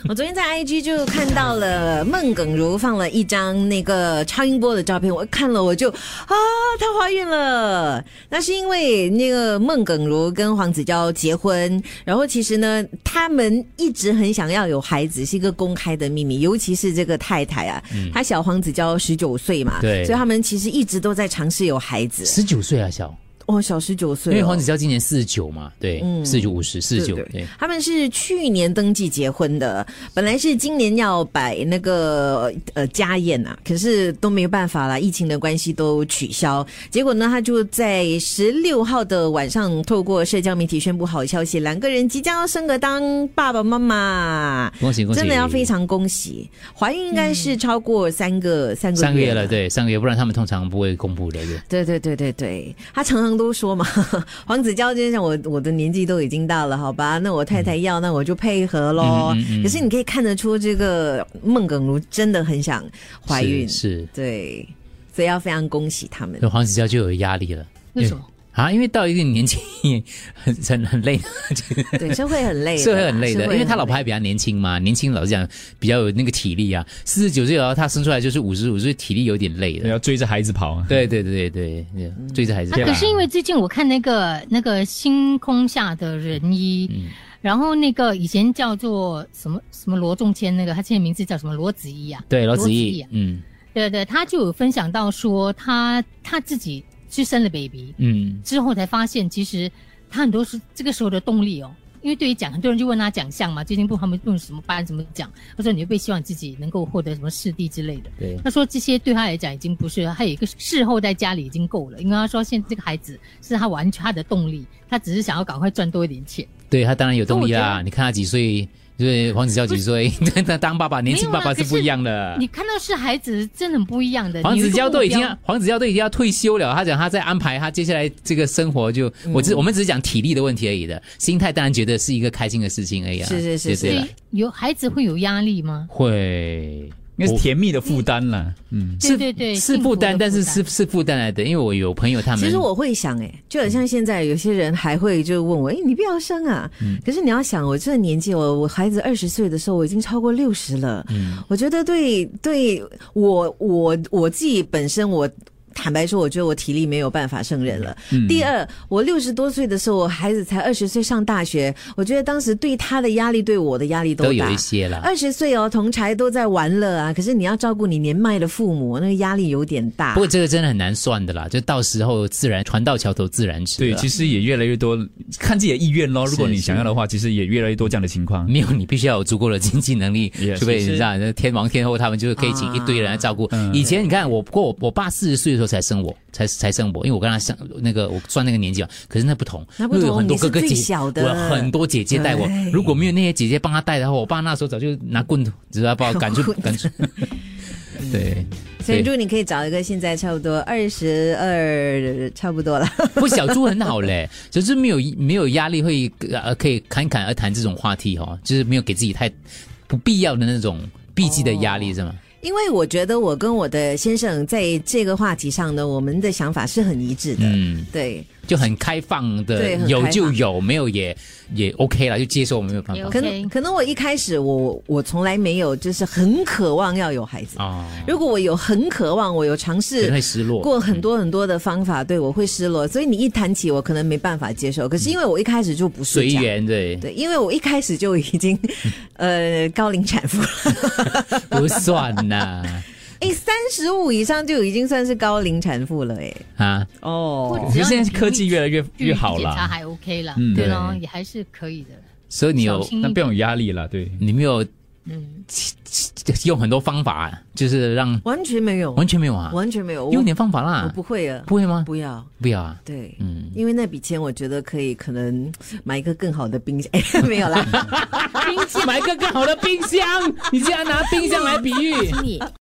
我昨天在 IG 就看到了孟耿如放了一张那个超音波的照片，我看了我就啊，她怀孕了。那是因为那个孟耿如跟黄子佼结婚，然后其实呢，他们一直很想要有孩子，是一个公开的秘密。尤其是这个太太啊，她小黄子佼十九岁嘛，嗯对所以他们其实一直都在尝试有孩子。十九岁啊，小，哦，小十九岁因哦，嗯为黄子佼今年四十九嘛，对，四九五十四十九，对对对，他们是去年登记结婚的，本来是今年要摆那个呃家宴啊，可是都没有办法啦，疫情的关系都取消。结果呢，他就在十六号的晚上透过社交媒体宣布好消息，两个人即将要升格当爸爸妈妈。恭喜恭喜，真的要非常恭喜！怀孕应该是超过三个、三个三个月月了，对，三个月，不然他们通常不会公布的，对。对对对对对，他常常都说嘛， 黄子佼就像我我的年纪都已经大了，好吧，那我太太要，那我就配合咯。嗯嗯嗯可是你可以看得出，这个孟耿如真的很想怀孕，是，对，所以要非常恭喜他们那。黄子佼就有压力了。为什么？啊，因为到一定年纪很很很累，对，是会很累的啦， 是会很累的，是因会为他很老婆还比较年轻嘛，年轻老实讲比较有那个体力啊，四十九岁然后他生出来就是五十五岁，体力有点累的。要追着孩子跑。啊对对对对对，嗯追着孩子啊，跑。可是因为最近我看那个那个星空下的人一，嗯然后那个以前叫做什么什么罗仲谦那个，他现在名字叫什么罗子怡啊？对罗子罗毅啊，嗯对对，他就有分享到说他他自己去生了 baby 嗯，之后才发现，其实他很多是这个时候的动力哦。因为对于奖，很多人就问他奖项嘛，最近不他们用什么颁什么奖，他说你会不会希望自己能够获得什么视帝之类的。对，他说这些对他来讲已经不是，他有一个事后在家里已经够了，因为他说现在这个孩子是他完全他的动力，他只是想要赶快赚多一点钱。对他当然有动力可我觉啦。你看他几岁，就是黄子佼几岁，他 当爸爸，年轻爸爸是不一样啊的。你看到是孩子真的很不一样的。黄子佼都已经你有一个要目标黄子佼都已经要退休了，他讲他在安排他接下来这个生活就，我只我们只是讲体力的问题而已的，心态当然觉得是一个开心的事情而已啊。是是是对是对了对有孩子会有压力吗？会应该是甜蜜的负担了。嗯，对对对，是幸福负的担，但是负担是是负担来的，因为我有朋友他们，其实我会想、欸，哎，就好像现在有些人还会就问我，哎、你不要生啊？嗯可是你要想，我这个年纪，我我孩子二十岁的时候，我已经超过六十了。嗯我觉得对对我我我自己本身我。坦白说，我觉得我体力没有办法胜任了。嗯第二，我六十多岁的时候，我孩子才二十岁上大学，我觉得当时对他的压力，对我的压力都都大。有一些啊啦。二十岁哦，同才都在玩乐啊，可是你要照顾你年迈的父母，那个压力有点大。不过这个真的很难算的啦，就到时候自然船到桥头自然直对了。，其实也越来越多，看自己的意愿咯。如果你是嗯想要的话，其实也越来越多这样的情况。没有，你必须要有足够的经济能力，也除非是你知道天王天后他们就是可以请一堆人来照顾。嗯以前你看我，不过我我爸四十岁的时候才生我，才才生我，因为我跟他相那个我算那个年纪嘛。可是那不同，那不同因为有很多哥哥你是姐，最小的哎我有很多姐姐带我对。如果没有那些姐姐帮他带的话，我爸那时候早就拿棍子直接 把我赶出棍子赶出。对，所以对祝你可以找一个现在差不多二十二，差不多了。 不过小猪很好嘞，就是没有没有压力会，呃可以侃侃而谈这种话题哦，就是没有给自己太不必要的那种避忌的压哦力、是吗？因为我觉得我跟我的先生在这个话题上呢，我们的想法是很一致的。嗯。对，就很开放的对，很有开就放有，没有也也 OK 了，就接受没有办也法 OK 可能可能我一开始我我从来没有就是很渴望要有孩子。哦，如果我有很渴望，我有尝可能试会失落。过很多很多的方法，对我会失落。所以你一谈起，我可能没办法接受。可是因为我一开始就不是嗯随这样。缘 对，对，因为我一开始就已 经，呃，高龄产妇了。不算呐哎，三十五以上就已经算是高龄产妇了，哎。啊，或哦者我觉得现在科技越来越越好检查啦，还 OK 啦，嗯对对咯，也还是可以的。所以你小有心那不要有压力了。对，你没有嗯，用很多方法，就是让完全没有，完全没有啊，完全没有，我用点方法我啦不，会啊，不会吗？不要，不要啊，对，嗯，因为那笔钱我觉得可以，可能买一个更好的冰箱，哎， 没有啦。啊买一个更好的冰箱，你竟然拿冰箱来比喻。你。